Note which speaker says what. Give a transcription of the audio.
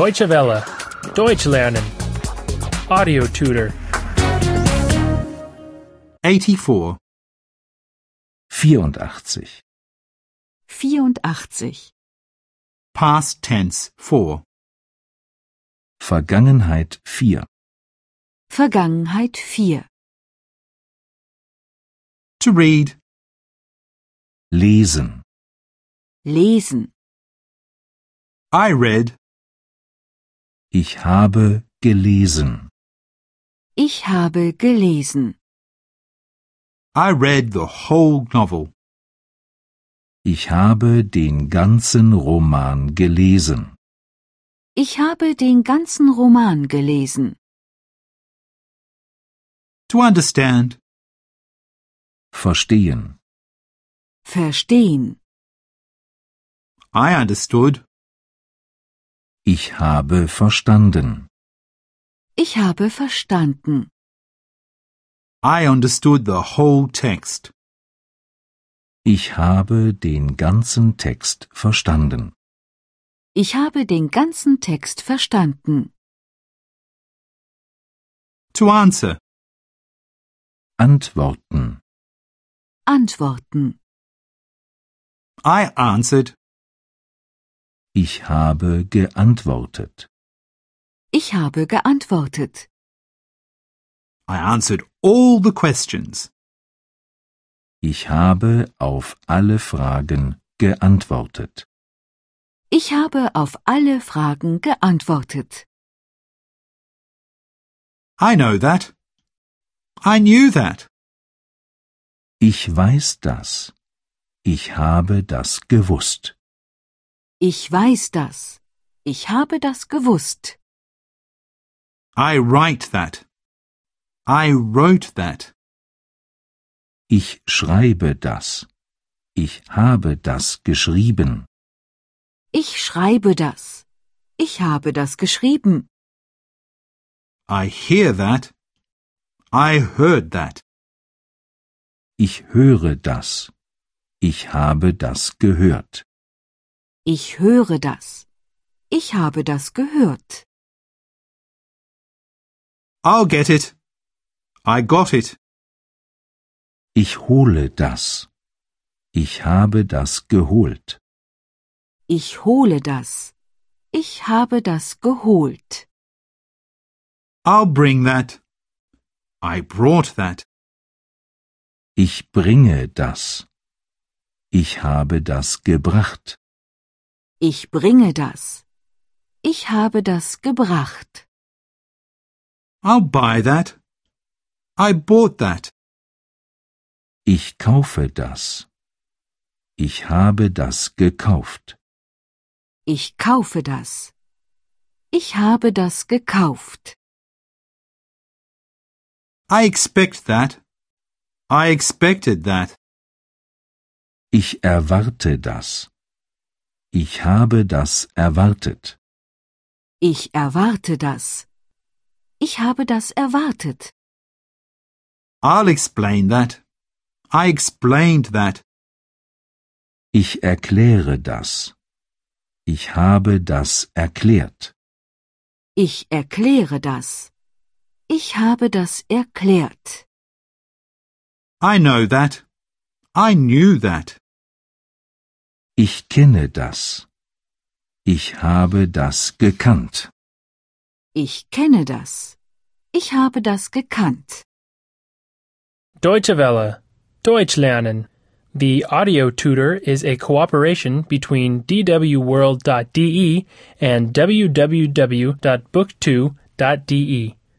Speaker 1: Deutsche Welle. Deutsch lernen. Audio tutor.
Speaker 2: 84.
Speaker 3: 84.
Speaker 4: 84.
Speaker 2: Past tense 4.
Speaker 3: Vergangenheit 4.
Speaker 4: Vergangenheit 4.
Speaker 2: To read.
Speaker 3: Lesen.
Speaker 4: Lesen.
Speaker 2: I read.
Speaker 3: Ich habe gelesen.
Speaker 4: Ich habe gelesen.
Speaker 2: I read the whole novel.
Speaker 3: Ich habe den ganzen Roman gelesen.
Speaker 4: Ich habe den ganzen Roman gelesen.
Speaker 2: To understand.
Speaker 3: Verstehen.
Speaker 4: Verstehen.
Speaker 2: I understood.
Speaker 3: Ich habe verstanden.
Speaker 4: Ich habe verstanden.
Speaker 2: I understood the whole text.
Speaker 3: Ich habe den ganzen Text verstanden.
Speaker 4: Ich habe den ganzen Text verstanden.
Speaker 2: To answer.
Speaker 3: Antworten.
Speaker 4: Antworten.
Speaker 2: I answered.
Speaker 3: Ich habe geantwortet.
Speaker 4: Ich habe geantwortet.
Speaker 2: I answered all the questions.
Speaker 3: Ich habe auf alle Fragen geantwortet.
Speaker 4: Ich habe auf alle Fragen geantwortet.
Speaker 2: I know that. I knew that.
Speaker 3: Ich weiß das. Ich habe das gewusst.
Speaker 4: Ich weiß das. Ich habe das gewusst.
Speaker 2: I write that. I wrote that.
Speaker 3: Ich schreibe das. Ich habe das geschrieben.
Speaker 4: Ich schreibe das. Ich habe das geschrieben.
Speaker 2: I hear that. I heard that.
Speaker 3: Ich höre das. Ich habe das gehört.
Speaker 4: Ich höre das. Ich habe das gehört.
Speaker 2: I'll get it. I got it.
Speaker 3: Ich hole das. Ich habe das geholt.
Speaker 4: Ich hole das. Ich habe das geholt.
Speaker 2: I'll bring that. I brought that.
Speaker 3: Ich bringe das. Ich habe das gebracht.
Speaker 4: Ich bringe das. Ich habe das gebracht.
Speaker 2: I'll buy that. I bought that.
Speaker 3: Ich kaufe das. Ich habe das gekauft.
Speaker 4: Ich kaufe das. Ich habe das gekauft.
Speaker 2: I expect that. I expected that.
Speaker 3: Ich erwarte das. Ich habe das erwartet.
Speaker 4: Ich erwarte das. Ich habe das erwartet.
Speaker 2: I'll explain that. I explained that.
Speaker 3: Ich erkläre das. Ich habe das erklärt.
Speaker 4: Ich erkläre das. Ich habe das erklärt.
Speaker 2: I know that. I knew that.
Speaker 3: Ich kenne das. Ich habe das gekannt.
Speaker 4: Ich kenne das. Ich habe das gekannt.
Speaker 1: Deutsche Welle. Deutsch lernen. The audio tutor is a cooperation between E dwworld.de and www.book2.de.